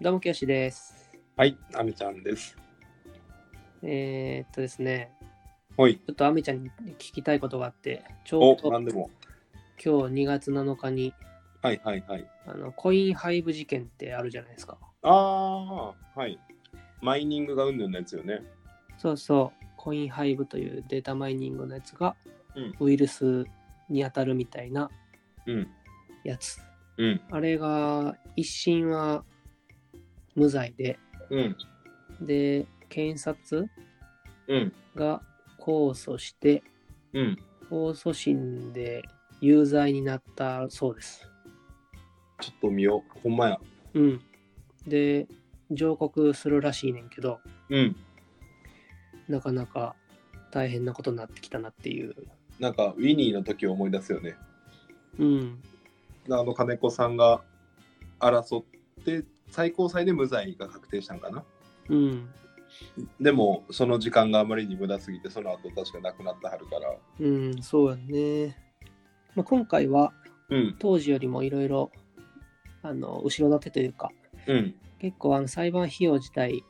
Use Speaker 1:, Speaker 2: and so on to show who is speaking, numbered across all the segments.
Speaker 1: どうも、きよしです。
Speaker 2: はい、アミちゃんです。
Speaker 1: えー、っとですね、
Speaker 2: はい。
Speaker 1: ちょっとあみちゃんに聞きたいことがあって、ちょ
Speaker 2: お
Speaker 1: う、ど
Speaker 2: なんでも。
Speaker 1: 今日2月7日に
Speaker 2: はいはいはい。
Speaker 1: あのコイン配布事件ってあるじゃないですか。
Speaker 2: ああ、はい。マイニングがうんぬんのやつよね。
Speaker 1: そうそう、コイン配布というデータマイニングのやつが、
Speaker 2: うん
Speaker 1: ウイルスに当たるみたいな
Speaker 2: うん。
Speaker 1: やつ。
Speaker 2: うん。
Speaker 1: あれが、一審は無罪で、
Speaker 2: うん。
Speaker 1: で、検察
Speaker 2: うん。
Speaker 1: が控訴して、
Speaker 2: うん。
Speaker 1: 控訴審で有罪になったそうです。
Speaker 2: ちょっと見よう。ほんまや。
Speaker 1: うん。で、上告するらしいねんけど、
Speaker 2: うん。
Speaker 1: なかなか大変なことになってきたなっていう。
Speaker 2: なんか、ウィニーの時を思い出すよね。
Speaker 1: うん。
Speaker 2: あの、金子さんが争って、最高裁で無罪が確定したんかな。
Speaker 1: うん。
Speaker 2: でも、その時間があまりに無駄すぎて、その後確かなくなったはるから。
Speaker 1: うん、そうやね。まあ、今回は
Speaker 2: うん。
Speaker 1: 当時よりもいろいろ、あの、後ろ盾というか、
Speaker 2: うん。
Speaker 1: 結構あの裁判費用自体、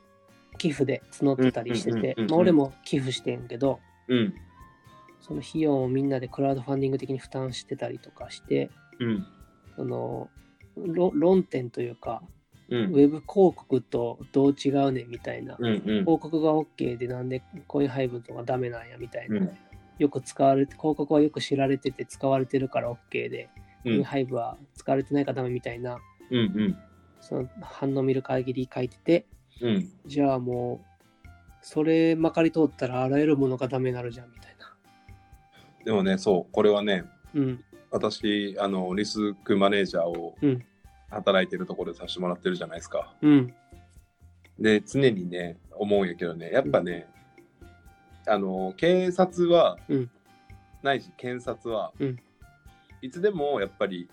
Speaker 1: 寄付で募ってたりして
Speaker 2: うんうんうん
Speaker 1: て
Speaker 2: うんう、ん
Speaker 1: まあ、俺も寄付してんけど、
Speaker 2: うん。
Speaker 1: その費用をみんなでクラウドファンディング的に負担してたりとかして、
Speaker 2: うん。
Speaker 1: その、ろ論点というか、
Speaker 2: う
Speaker 1: ウ
Speaker 2: ん。
Speaker 1: ェブ広告とどう違うねんみたいな、
Speaker 2: うん。うん。
Speaker 1: 広告が OK でなんでコイン配分とかダメなんやみたいな、
Speaker 2: うん
Speaker 1: よく使われて、広告はよく知られてて使われてるから OK で、
Speaker 2: う
Speaker 1: コイン
Speaker 2: ん。
Speaker 1: 配分は使われてないからダメみたいな、
Speaker 2: うん。
Speaker 1: その反応見る限り書いてて、
Speaker 2: うん。
Speaker 1: じゃあもう、それまかり通ったらあらゆるものがダメになるじゃんみたいな。
Speaker 2: でもね、そう、これはね、
Speaker 1: うん、
Speaker 2: 私あのリスクマネージャーを
Speaker 1: うん
Speaker 2: 働いてるところでさせてもらってるじゃないですか。
Speaker 1: うん、
Speaker 2: で常にね思うんやけどねやっぱね、あの警察は、
Speaker 1: うん
Speaker 2: ないし検察は、
Speaker 1: うん
Speaker 2: いつでもやっぱり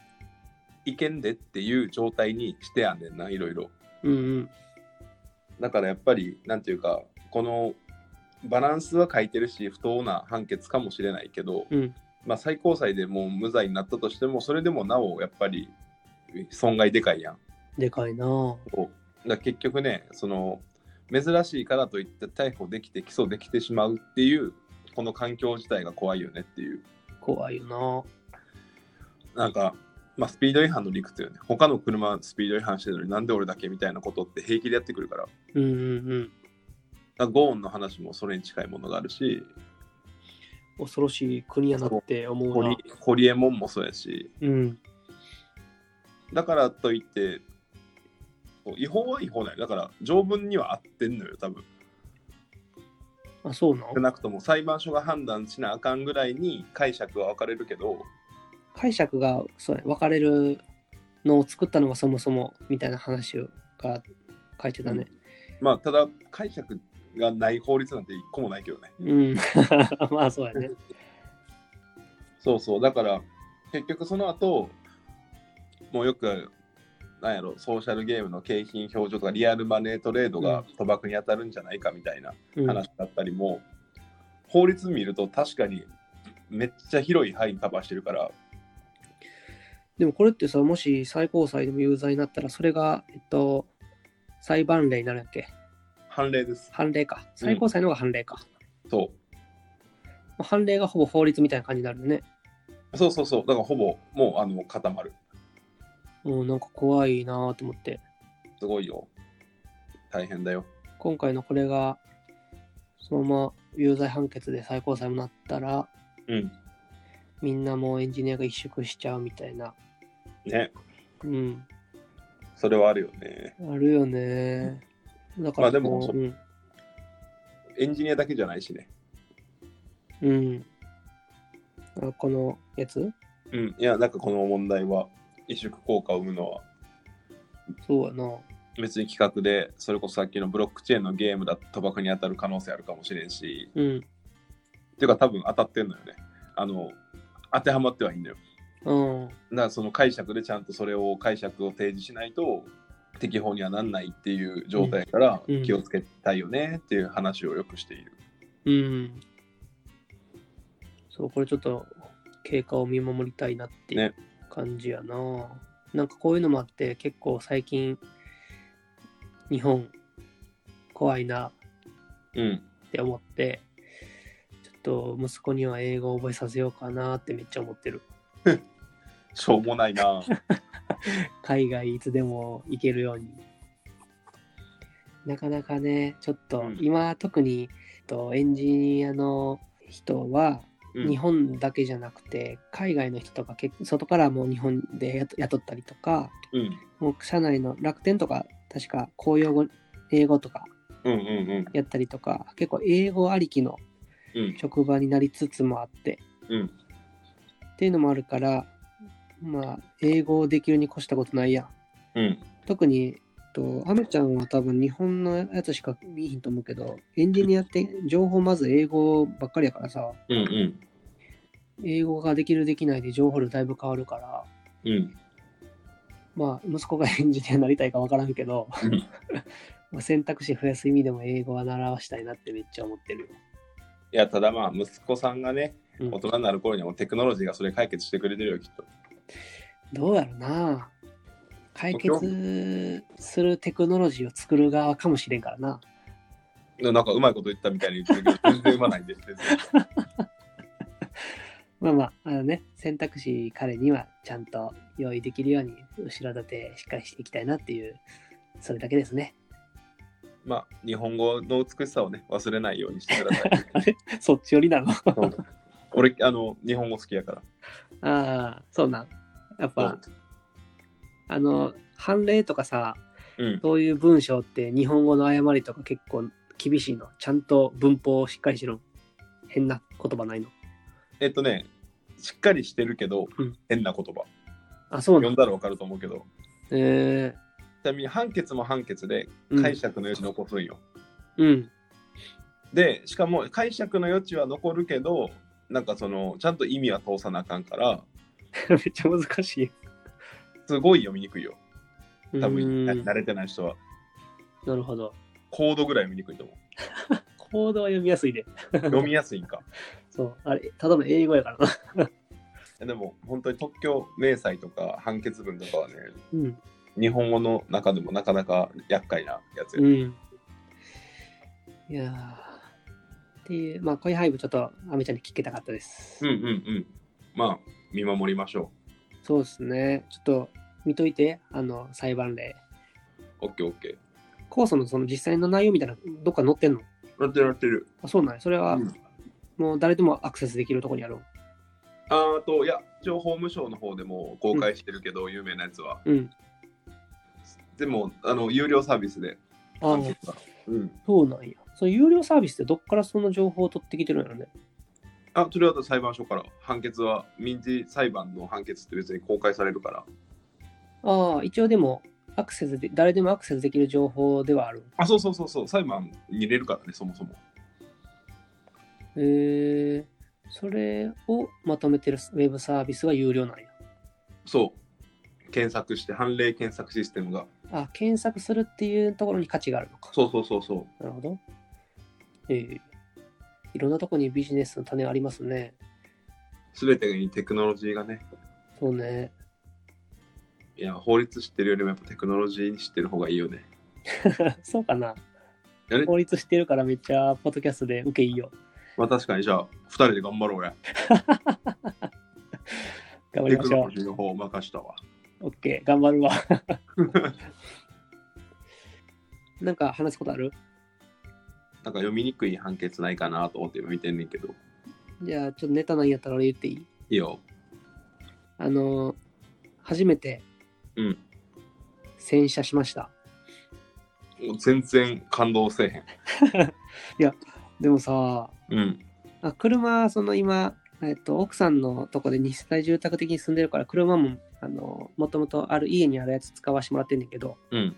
Speaker 2: いけんでっていう状態にしてやんねんないろいろ。
Speaker 1: うん、うん、
Speaker 2: だからやっぱりなんていうかこのバランスは書いてるし不当な判決かもしれないけど、
Speaker 1: うん、
Speaker 2: まあ、最高裁でもう無罪になったとしてもそれでもなおやっぱり損害でかいやん。
Speaker 1: でかいなぁ。
Speaker 2: だから結局ねその珍しいからといって逮捕できて起訴できてしまうっていうこの環境自体が怖いよねっていう
Speaker 1: 怖いよなぁ。
Speaker 2: なんか、まあ、スピード違反の理屈よね他の車スピード違反してるのになんで俺だけみたいなことって平気でやってくるからだか
Speaker 1: うん、うん、うん。
Speaker 2: らゴーンの話もそれに近いものがあるし
Speaker 1: 恐ろしい国やなって思
Speaker 2: ホ
Speaker 1: うな
Speaker 2: リ。ホリエモンもそうやし
Speaker 1: うん、
Speaker 2: だからといってこう違法は違法だよだから条文には合ってんのよ多分
Speaker 1: あ、そうな
Speaker 2: 少
Speaker 1: ん
Speaker 2: なくとも裁判所が判断しなあかんぐらいに解釈は分かれるけど
Speaker 1: 解釈がそう、ね、分かれるのを作ったのがそもそもみたいな話が書いてたね。
Speaker 2: まあただ解釈がない法律なんて一個もないけどね
Speaker 1: うん。 まあそうや ね。
Speaker 2: そうそうだから結局その後もうよくなんやろソーシャルゲームの景品表情とかリアルマネートレードが賭博に当たるんじゃないかみたいな
Speaker 1: うん、
Speaker 2: 話だったりも、法律見ると確かにめっちゃ広い範囲カバーしてるから
Speaker 1: でもこれってさ、もし最高裁でも有罪になったら、それが、えっと、裁判例になるんやっけ
Speaker 2: 判例です
Speaker 1: 判例か。最高裁の方が判例か。
Speaker 2: そう
Speaker 1: 判例がほぼ法律みたいな感じになるよね。
Speaker 2: そうそうそうだからほぼもうあの固まる
Speaker 1: うん、なんか怖いなぁと思って。
Speaker 2: すごいよ大変だよ
Speaker 1: 今回のこれが、そのまま有罪判決で最高裁もなったら、
Speaker 2: うん
Speaker 1: みんなもうエンジニアが萎縮しちゃうみたいな。
Speaker 2: ね
Speaker 1: うん。
Speaker 2: それはあるよね
Speaker 1: あるよね。だから
Speaker 2: まあでも
Speaker 1: こう
Speaker 2: そ
Speaker 1: うん、
Speaker 2: エンジニアだけじゃないしね
Speaker 1: うん。あこのやつ
Speaker 2: うん、いや、なんかこの問題は、萎縮効果を生むのは、
Speaker 1: そうやな。
Speaker 2: 別に企画で、それこそさっきのブロックチェーンのゲームだと賭博に当たる可能性あるかもしれんし、
Speaker 1: うん。
Speaker 2: っていうか多分当たってんのよね。あの、当てはまってはいいんだよ。
Speaker 1: うん。
Speaker 2: だからその解釈でちゃんとそれを解釈を提示しないと、適法にはなんないっていう状態から
Speaker 1: うんうん
Speaker 2: 気をつけたいよねっていう話をよくしている。
Speaker 1: うん。そう、これちょっと経過を見守りたいなっていう
Speaker 2: ね
Speaker 1: 感じやな。なんかこういうのもあって、結構最近、日本怖いな
Speaker 2: うん。
Speaker 1: って思ってちょっと息子には英語を覚えさせようかなってめっちゃ思ってる
Speaker 2: しょうもないな。
Speaker 1: 海外いつでも行けるようになかなかねちょっと、
Speaker 2: うん
Speaker 1: 今特にとエンジニアの人は
Speaker 2: うん
Speaker 1: 日本だけじゃなくて、海外の人とか結外からもう日本でやと雇ったりとか
Speaker 2: うん。
Speaker 1: もう社内の楽天とか確か公用語英語とか
Speaker 2: うんうん
Speaker 1: やったりとか結構英語ありきの
Speaker 2: うん。うん。
Speaker 1: 職場になりつつもあって
Speaker 2: うん。
Speaker 1: っていうのもあるからまあ英語できるに越したことないやん
Speaker 2: うん。
Speaker 1: 特に、えっと、アメちゃんは多分日本のやつしか見えへんと思うけど、エンジニアって情報まず英語ばっかりやからさ、
Speaker 2: うんうん。
Speaker 1: 英語ができるできないで情報量だいぶ変わるから、
Speaker 2: うん。
Speaker 1: まあ、息子がエンジニアになりたいかわからんけど
Speaker 2: うん、
Speaker 1: まあ選択肢増やす意味でも英語は習わしたいなってめっちゃ思ってるよ。
Speaker 2: いや、ただまあ、息子さんがね、
Speaker 1: うん
Speaker 2: 大人になる頃にはもうテクノロジーがそれ解決してくれてるよ、きっと。
Speaker 1: どうやろな解決するテクノロジーを作る側かもしれんからな。
Speaker 2: でなんかうまいこと言ったみたいに言ってるけど、全然うまないんです。全然
Speaker 1: まあまあ、あのね、選択肢、彼にはちゃんと用意できるように、後ろ盾しっかりしていきたいなっていう、それだけですね。
Speaker 2: まあ、日本語の美しさをね、忘れないようにしてください。
Speaker 1: そっち寄りなのあ
Speaker 2: 俺、あの、日本語好きやから。
Speaker 1: あ、そうなん。やっぱ、あの、判例とかさ、
Speaker 2: うん。
Speaker 1: そういう文章って日本語の誤りとか結構厳しいの。ちゃんと文法をしっかりしろ。変な言葉ないの。
Speaker 2: えっとね、しっかりしてるけど
Speaker 1: うん、
Speaker 2: 変な言葉。
Speaker 1: あ、そうな
Speaker 2: 読
Speaker 1: の
Speaker 2: んだらわかると思うけど。
Speaker 1: え
Speaker 2: ちなみに判決も判決で
Speaker 1: ーうん、
Speaker 2: 解釈の余地残すんよ。
Speaker 1: うん。
Speaker 2: でしかも解釈の余地は残るけどなんかそのちゃんと意味は通さなあかんから
Speaker 1: めっちゃ難しい。
Speaker 2: すごい読みにくいよ多
Speaker 1: う
Speaker 2: 分
Speaker 1: ん
Speaker 2: な
Speaker 1: な
Speaker 2: 慣れてない人は
Speaker 1: るほど。
Speaker 2: コードぐらい読みにくいと思う
Speaker 1: コードは読みやすいで。
Speaker 2: 読みやすいんか
Speaker 1: そう。あれ、ただの英語やからな。
Speaker 2: でも本当に特許明細とか判決文とかはね
Speaker 1: うん。
Speaker 2: 日本語の中でもなかなか厄介なやつ
Speaker 1: う
Speaker 2: や、
Speaker 1: ん。いやーっていう、まあ、こういう配布ちょっと、アメちゃんに聞けたかったです。
Speaker 2: うん、うんうんまあ見守りましょ
Speaker 1: そうですね。ちょっと、見といて、あの、裁判例。
Speaker 2: う OKOK
Speaker 1: 控訴のその実際の内容みたいな、どっか載ってんの
Speaker 2: やってるやってる
Speaker 1: あ、そうなんやそれは、
Speaker 2: うん
Speaker 1: もう誰でもアクセスできるところにあるん
Speaker 2: あーといや一応法務省の方でも公開してるけど、有名なやつは
Speaker 1: うん。
Speaker 2: でもあの有料サービスで
Speaker 1: あ
Speaker 2: 判
Speaker 1: あ、
Speaker 2: 決はうん
Speaker 1: そうなんや。その有料サービスってどっからその情報を取ってきてるんやろね。
Speaker 2: あ、それはあと裁判所から判決は民事裁判の判決って別に公開されるから。
Speaker 1: ああ、一応でも、アクセスで、誰でもアクセスできる情報ではある。
Speaker 2: あ、そうそうそうそう、裁判に入れるからね、そもそも。
Speaker 1: えー、それをまとめてるウェブサービスは有料なんや。
Speaker 2: そう。検索して、判例検索システムが。
Speaker 1: あ、検索するっていうところに価値があるのか。
Speaker 2: そうそうそうそう。
Speaker 1: なるほど。ええいろんなとこにビジネスの種ありますね。
Speaker 2: すべてにテクノロジーがね。
Speaker 1: そうね。
Speaker 2: いや、法律知ってるよりもやっぱテクノロジー知ってる方がいいよね。
Speaker 1: そうかな。
Speaker 2: やれ
Speaker 1: 法律してるからめっちゃポッドキャストで受けいいよ。
Speaker 2: まあ確かにじゃあ、二人で頑張ろうや。
Speaker 1: 頑張り
Speaker 2: テ
Speaker 1: ま
Speaker 2: ク
Speaker 1: し
Speaker 2: ノ
Speaker 1: ょ
Speaker 2: ロジーの方を任したわ。
Speaker 1: う。OK、頑張るわ。 なんか話すことある
Speaker 2: なんか読みにくい判決ないかなと思って今見てんねんけど。
Speaker 1: じゃあちょっとネタなんやったら俺言っていい
Speaker 2: いいよ。
Speaker 1: あのー初めて
Speaker 2: うん。
Speaker 1: 洗車しました。
Speaker 2: もう全然感動せえ
Speaker 1: でもさ、
Speaker 2: へん。うん。
Speaker 1: あ車、その今、えっと、奥さんのとこで2世帯住宅的に住んでるから、車も、あの、もともとある家にあるやつ使わせてもらってんねんけど、
Speaker 2: うん。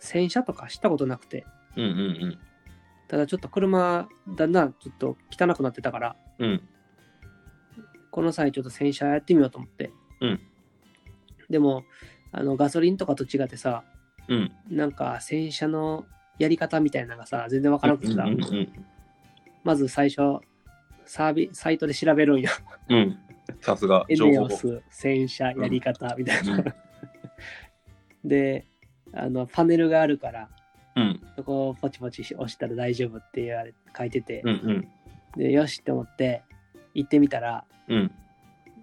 Speaker 1: 洗車とかしたことなくて、
Speaker 2: うんうん
Speaker 1: ただちょっと車、だんだんちょっと汚くなってたから、
Speaker 2: うん。うん。
Speaker 1: この際ちょっと洗車やってみようと思って。
Speaker 2: うん
Speaker 1: でも、あの、ガソリンとかと違ってさ、
Speaker 2: うん。
Speaker 1: なんか洗車のやり方みたいなのがさ、全然わからなくてさ、
Speaker 2: うんうん
Speaker 1: まず最初、サービサイトで調べるんよ。
Speaker 2: うんうん。さすが、
Speaker 1: エ
Speaker 2: 情
Speaker 1: ネ
Speaker 2: 報
Speaker 1: オ。ス洗車やり方みたいな。
Speaker 2: うん
Speaker 1: であのパネルがあるから
Speaker 2: うん
Speaker 1: そこをポチポチ押したら大丈夫って言われ書いてて
Speaker 2: う、ん
Speaker 1: でよしって思って行ってみたら
Speaker 2: うんうん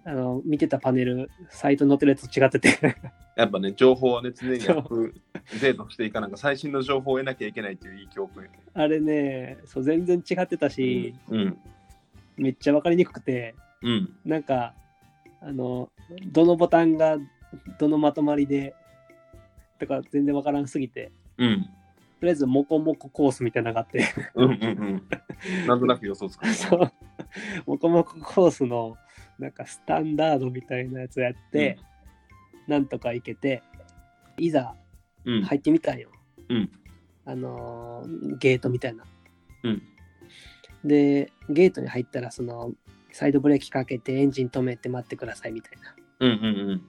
Speaker 1: あの見てたパネルサイトに載ってるやつと違ってて
Speaker 2: やっぱね情報はね常にアップデートしていかなんか最新の情報を得なきゃいけないっていういい教訓やね
Speaker 1: あれねそう全然違ってたし、
Speaker 2: うん
Speaker 1: めっちゃ分かりにくくて
Speaker 2: うん
Speaker 1: なんかあのどのボタンがどのまとまりでとか全然分からんすぎて
Speaker 2: うん
Speaker 1: とりあえずモコモココースみたいなのがあって
Speaker 2: うんうんうんなんとなく予想つく
Speaker 1: そうモコモココースのなんかスタンダードみたいなやつやって、なんとかいけていざ
Speaker 2: うん
Speaker 1: 入ってみたんよ、
Speaker 2: うん
Speaker 1: あのーゲートみたいな
Speaker 2: うん
Speaker 1: でゲートに入ったらそのサイドブレーキかけてエンジン止めて待ってくださいみたいな
Speaker 2: うんうん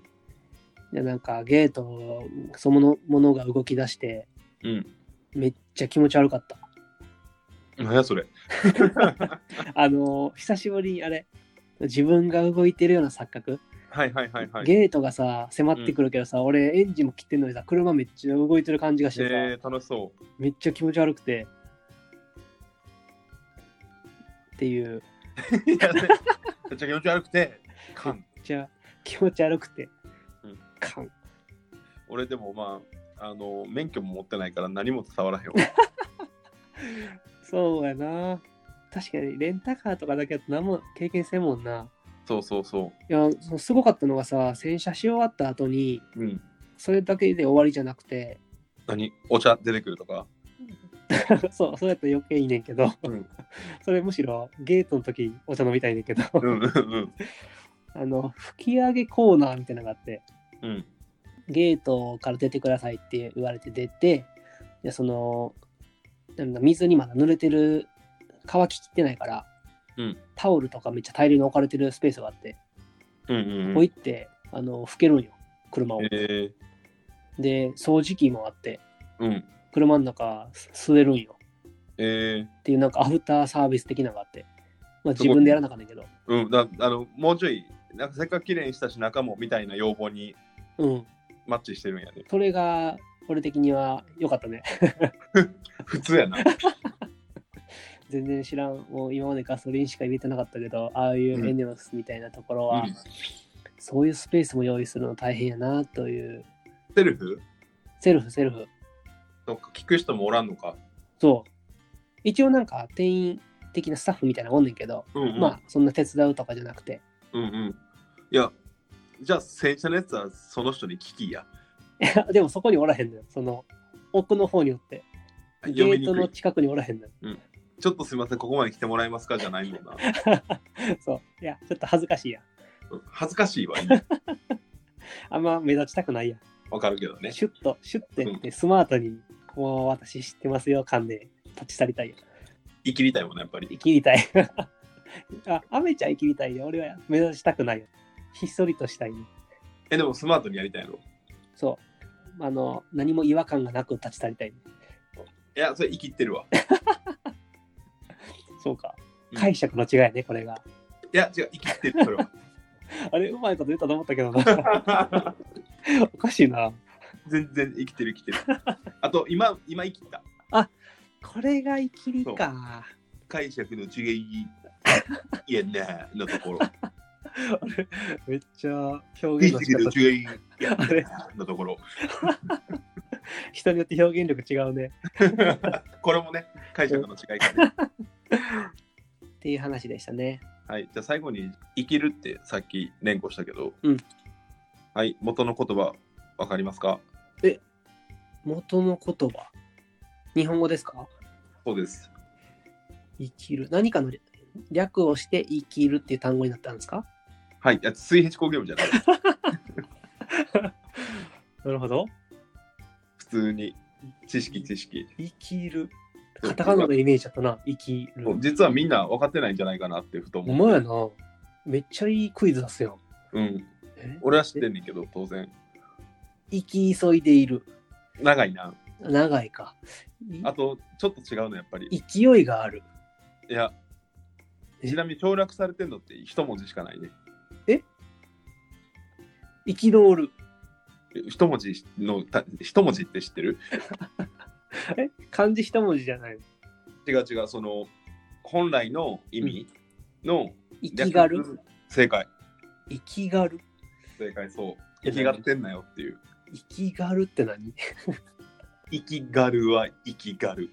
Speaker 1: でなんかゲートそのものが動き出して
Speaker 2: うん
Speaker 1: めっちゃ気持ち悪かった
Speaker 2: うん何やそれ
Speaker 1: あのー久しぶりにあれ自分が動いてるような錯覚、
Speaker 2: はいはいはいはい
Speaker 1: ゲートがさ迫ってくるけどさ、俺エンジンも切ってんのにさ車めっちゃ動いてる感じがしてさ、
Speaker 2: えー、楽しそ
Speaker 1: めっちゃ気持ち悪くてっていう
Speaker 2: ういやねめっちゃ気持ち悪くてカン
Speaker 1: めっちゃ気持ち悪くて、
Speaker 2: うん
Speaker 1: かん
Speaker 2: 俺でもまああの免許も持ってないから何も伝わらへんわ
Speaker 1: そうやな確かにレンタカーとかだけだと何も経験せんもんな
Speaker 2: そうそうそ
Speaker 1: いやそのすごかったのがさ洗車し終わった後に
Speaker 2: ううん
Speaker 1: それだけで終わりじゃなくて
Speaker 2: 何お茶出てくるとか
Speaker 1: そうそうやったら余計いいねんけど
Speaker 2: うん
Speaker 1: それむしろゲートの時にお茶飲みたいねんけど
Speaker 2: うんうん
Speaker 1: あの吹き上げコーナーみたいなのがあって
Speaker 2: うん
Speaker 1: ゲートから出てくださいって言われて出てでそのなんだ水にまだ濡れてる乾ききってないから
Speaker 2: うん
Speaker 1: タオルとかめっちゃ大量に置かれてるスペースがあって
Speaker 2: うんうんう
Speaker 1: ポイ
Speaker 2: ん
Speaker 1: ってあの拭けるんよ車を、
Speaker 2: えー、
Speaker 1: で掃除機もあって
Speaker 2: うん
Speaker 1: 車の中す吸えるんよ
Speaker 2: えー、
Speaker 1: っていうなんかアフターサービス的なのがあって、まあ、
Speaker 2: すご
Speaker 1: 自
Speaker 2: い
Speaker 1: 分でやらなかったんだけど
Speaker 2: うんだあのもうちょいなんかせっかく綺麗にしたし仲もみたいな要望に
Speaker 1: うん
Speaker 2: マッチしてるんや ね
Speaker 1: それが俺的には良かったね
Speaker 2: 普通やな
Speaker 1: 全然知らんもう今までガソリンしか入れてなかったけどああいうエネオスみたいなところは、
Speaker 2: うん
Speaker 1: そういうスペースも用意するの大変やなという
Speaker 2: セルフ
Speaker 1: セルフセルフ
Speaker 2: とか聞く人もおらんのか
Speaker 1: そう一応なんか店員的なスタッフみたいなもんねんけど、
Speaker 2: うんうん
Speaker 1: まあそんな手伝うとかじゃなくて
Speaker 2: うんうんいやじゃあ洗車のやつはその人に聞きや
Speaker 1: でもそこにおらへんのよその奥の方によってゲ
Speaker 2: 読み
Speaker 1: ー
Speaker 2: に
Speaker 1: ト
Speaker 2: く
Speaker 1: の
Speaker 2: い
Speaker 1: 近くにおらへんのよ
Speaker 2: ちょっとすみませんここまで来てもらえますかじゃないもんな
Speaker 1: そういやちょっと恥ずかしいや
Speaker 2: うん恥ずかしいわ
Speaker 1: あんま目立ちたくないや
Speaker 2: わかるけどね
Speaker 1: シュッとシュッてってスマートに「もう私知ってますよ」感で立ち去りたいや
Speaker 2: 生きりたいもんねやっぱり
Speaker 1: 生きりたい あアメちゃん生きりたいよ俺は目立ちたくないよひっそりとしたいね
Speaker 2: えでもスマートにやりたいのい
Speaker 1: そう。あの、何も違和感がなく立ち去りたい。
Speaker 2: やそれ生きってるわ
Speaker 1: そうか
Speaker 2: う。ん
Speaker 1: 解釈の違いね、これが。
Speaker 2: いや違う生きってるそれ
Speaker 1: あれ、うまいこと言ったと思ったけどな。
Speaker 2: は
Speaker 1: おかしいな。
Speaker 2: 全然生きてる生きてるあと今今生きった
Speaker 1: これが生きりか。
Speaker 2: 解釈の違いいやねのと ころ
Speaker 1: めっちゃ表
Speaker 2: 解
Speaker 1: 現の仕
Speaker 2: 釈の
Speaker 1: 方。
Speaker 2: 違いや
Speaker 1: あれ
Speaker 2: ねのところ
Speaker 1: 人によって表現力違うね。
Speaker 2: これもね解釈の違いからね
Speaker 1: っていう話でしたね。
Speaker 2: はいじゃあ最後に生きるってさっき連呼したけど、
Speaker 1: うん
Speaker 2: はい元の言葉わかりますか
Speaker 1: 元の言葉。日本語ですか
Speaker 2: そうです
Speaker 1: 生きる。何かの略略をして生きるっていう単語になったんですか
Speaker 2: はいいや水平思考ゲームじゃない
Speaker 1: なるほど。
Speaker 2: 普通に知識知識
Speaker 1: 生きる。
Speaker 2: そう
Speaker 1: カタカナのイメージだったな。生きる。
Speaker 2: 実はみんな分かってないんじゃないかなってふと
Speaker 1: お
Speaker 2: 思う。
Speaker 1: 前やな。めっちゃいいクイズ出すよ。
Speaker 2: うん。
Speaker 1: え
Speaker 2: 俺は知ってんねんけど、当然。
Speaker 1: 生き急いでいる。
Speaker 2: 長いな。
Speaker 1: 長いか。い
Speaker 2: あと、ちょっと違うの、やっぱり。
Speaker 1: 勢いがある。
Speaker 2: いや、
Speaker 1: え
Speaker 2: ちなみに省略されてんのって一文字しかないね。
Speaker 1: 憤る。
Speaker 2: 一文字の、た一文字って知ってる
Speaker 1: え漢字一文字じゃない。
Speaker 2: 違う違う、その本来の意味の
Speaker 1: 生
Speaker 2: 略
Speaker 1: きがる
Speaker 2: 正解、
Speaker 1: 生きがる
Speaker 2: 正解、そう。生きがってんなよっていう。
Speaker 1: 生きがるって何
Speaker 2: 生きがるは生きがる。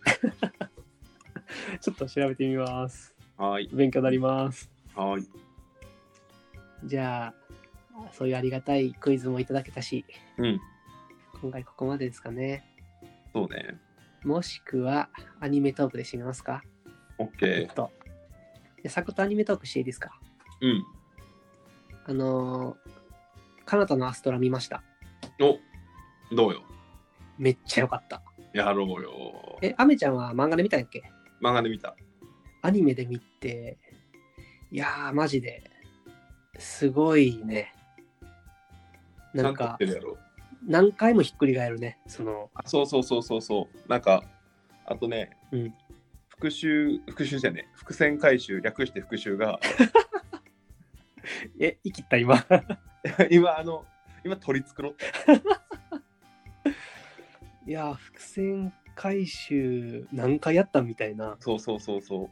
Speaker 1: ちょっと調べてみます。
Speaker 2: はい、
Speaker 1: 勉強になります。
Speaker 2: はい。
Speaker 1: じゃあ、そういうありがたいクイズもいただけたし、
Speaker 2: うん、
Speaker 1: 今回ここまでですかね。
Speaker 2: そうね。
Speaker 1: もしくは、アニメトークで締めますか
Speaker 2: OK。
Speaker 1: と。でサクッとアニメトークしていいですか
Speaker 2: うん。
Speaker 1: あのー、かなたのアストラ見ました。
Speaker 2: おどうよ。
Speaker 1: めっちゃ良かった。
Speaker 2: やろうよ。
Speaker 1: え、アメちゃんは漫画で見たんやっけ
Speaker 2: 漫画で見た。
Speaker 1: アニメで見て、いやー、マジで、すごいね。なん
Speaker 2: ちゃ
Speaker 1: か
Speaker 2: と、してるやろ。
Speaker 1: 何回もひっくり返るね。その、
Speaker 2: あそうそうそうそうそう。なんか、あとね、
Speaker 1: うん
Speaker 2: 復習、復習じゃねえ、伏線回収、略して復習が、
Speaker 1: え、生きった今。
Speaker 2: 今、あの、今取り繕った。
Speaker 1: いやー、伏線回収何回やったみたいな。
Speaker 2: そうそうそうそう。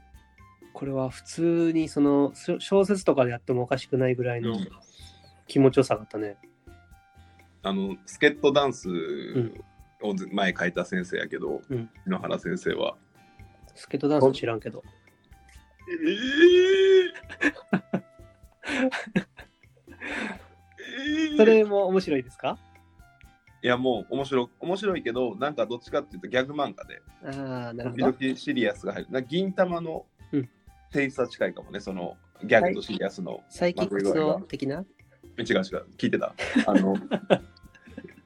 Speaker 1: これは普通に、その、しょ小説とかでやってもおかしくないぐらいの
Speaker 2: うん
Speaker 1: 気持ちよさだったね。
Speaker 2: あの、スケットダンス
Speaker 1: ん
Speaker 2: をず前書いた先生やけど、
Speaker 1: うん
Speaker 2: 野原先生は。
Speaker 1: スケートダンス知らんけど。
Speaker 2: え ー
Speaker 1: それも面白いですか
Speaker 2: いやもう面白面白いけどなんかどっちかっていうとギャグ漫画で
Speaker 1: あー、なるほ
Speaker 2: 時
Speaker 1: ど。
Speaker 2: 々シリアスが入る。なんか銀玉の
Speaker 1: うん
Speaker 2: テイストは近いかもね、そのギャグとシリアスの。
Speaker 1: サイキックスの的な
Speaker 2: 違う違う、聞いてた。あの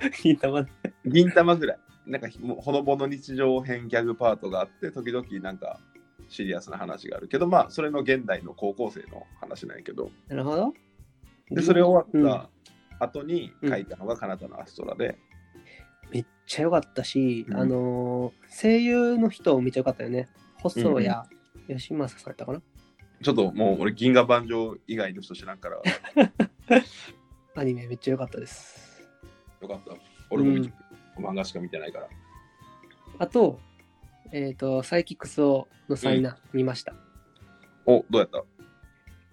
Speaker 1: 銀玉
Speaker 2: 銀玉ぐらい。なんかひもうほのぼの日常編ギャグパートがあって、時々なんかシリアスな話があるけど、まあそれの現代の高校生の話なんやけど、
Speaker 1: なるほど。
Speaker 2: でそれ終
Speaker 1: うん
Speaker 2: わった後に書いたのがカナダのアストラで、
Speaker 1: めっちゃ良かったし、
Speaker 2: うん
Speaker 1: あのー声優の人めっちゃ良かったよね。細谷義正さんやったかな、
Speaker 2: ちょっともう俺銀河万丈以外の人知らんから、よ
Speaker 1: アニメめっちゃ良かったです。
Speaker 2: かった。俺も見てる、漫画しか見てないから。
Speaker 1: あと、えっ、と、サイキックスをのサイナ見ました。
Speaker 2: お、どうやった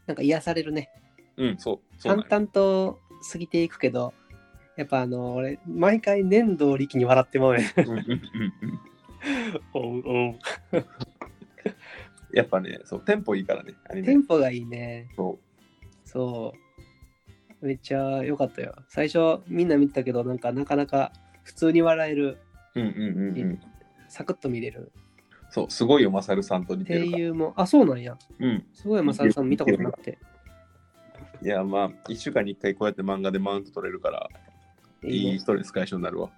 Speaker 1: なんか癒されるね。
Speaker 2: うん、そう。そうなん
Speaker 1: 淡
Speaker 2: や
Speaker 1: 々と過ぎていくけど、やっぱあのー俺、毎回粘土力に笑ってまう ね。
Speaker 2: うんうんうんうん
Speaker 1: おうおう
Speaker 2: やっぱね、そう、テンポいいからね、アニ
Speaker 1: テ
Speaker 2: メ。
Speaker 1: ンポがいいね。
Speaker 2: そう
Speaker 1: そう。めっちゃ良かったよ。最初みんな見てたけど、なんかなかなか普通に笑える、
Speaker 2: うんうんうんうん。
Speaker 1: サクッと見れる
Speaker 2: そう、すごいよ、マサルさんと似て
Speaker 1: 声
Speaker 2: るから。
Speaker 1: 優も、あ、そうなんや。
Speaker 2: うん。
Speaker 1: すごい、まさるさん見たことなくて。
Speaker 2: いや、まあ、1週間に1回こうやって漫画でマウント取れるから、い
Speaker 1: いい
Speaker 2: いストレス解消になるわ。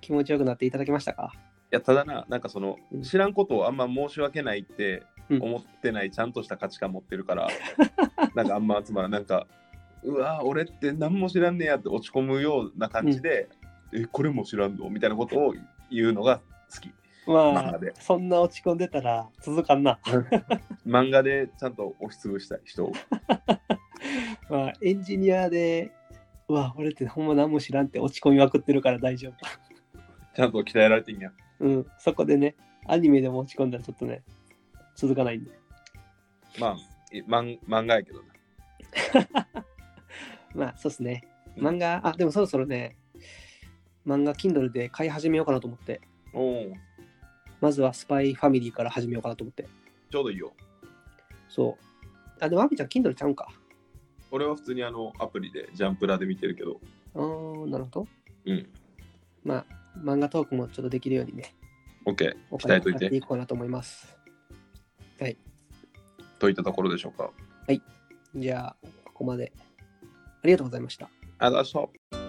Speaker 1: 気持ちよくなっていただけましたか
Speaker 2: いや、ただな、なんかその
Speaker 1: うん、
Speaker 2: 知らんことをあんま申し訳ないって
Speaker 1: うん
Speaker 2: 思ってない、ちゃんとした価値観持って るから、なんかあんま集まらん、なんか、うわー、俺って何も知らんねやって落ち込むような感じで、え、これも知らんのみたいなことを言うのが好き。
Speaker 1: ま
Speaker 2: まあね
Speaker 1: そんな落ち込んでたら続かんな。
Speaker 2: 漫画でちゃんと押しつぶしたい人を。
Speaker 1: まあ、エンジニアで、うわ、俺ってほんま何も知らんって落ち込みまくってるから大丈
Speaker 2: ちゃんと鍛えられてんや。
Speaker 1: 夫。うん、そこでね、アニメでも落ち込んだらちょっとね、続かないんで。
Speaker 2: まあ、えまん漫画やけどな。
Speaker 1: まあ、そうっすね。
Speaker 2: うん
Speaker 1: 漫画、あ、でもそろそろね、漫画 Kindle で買い始めようかなと思って、
Speaker 2: おお、
Speaker 1: まずはスパイファミリーから始めようかなと思って。
Speaker 2: ちょうどいいよ。
Speaker 1: そう。あ、でも、アミちゃん Kindle ちゃうんか。
Speaker 2: 俺は普通にあのアプリでジャンプラで見てるけど。
Speaker 1: あー、なるほど。
Speaker 2: うん。
Speaker 1: まあ、漫画トークもちょっとできるようにね、
Speaker 2: OK。
Speaker 1: お
Speaker 2: 鍛
Speaker 1: 金
Speaker 2: え
Speaker 1: を
Speaker 2: とい
Speaker 1: 使って
Speaker 2: て。
Speaker 1: いこうかなと思います。
Speaker 2: といったところでしょうか。
Speaker 1: じゃあ、ここまで。ありがとうございました。
Speaker 2: ありがとうございました。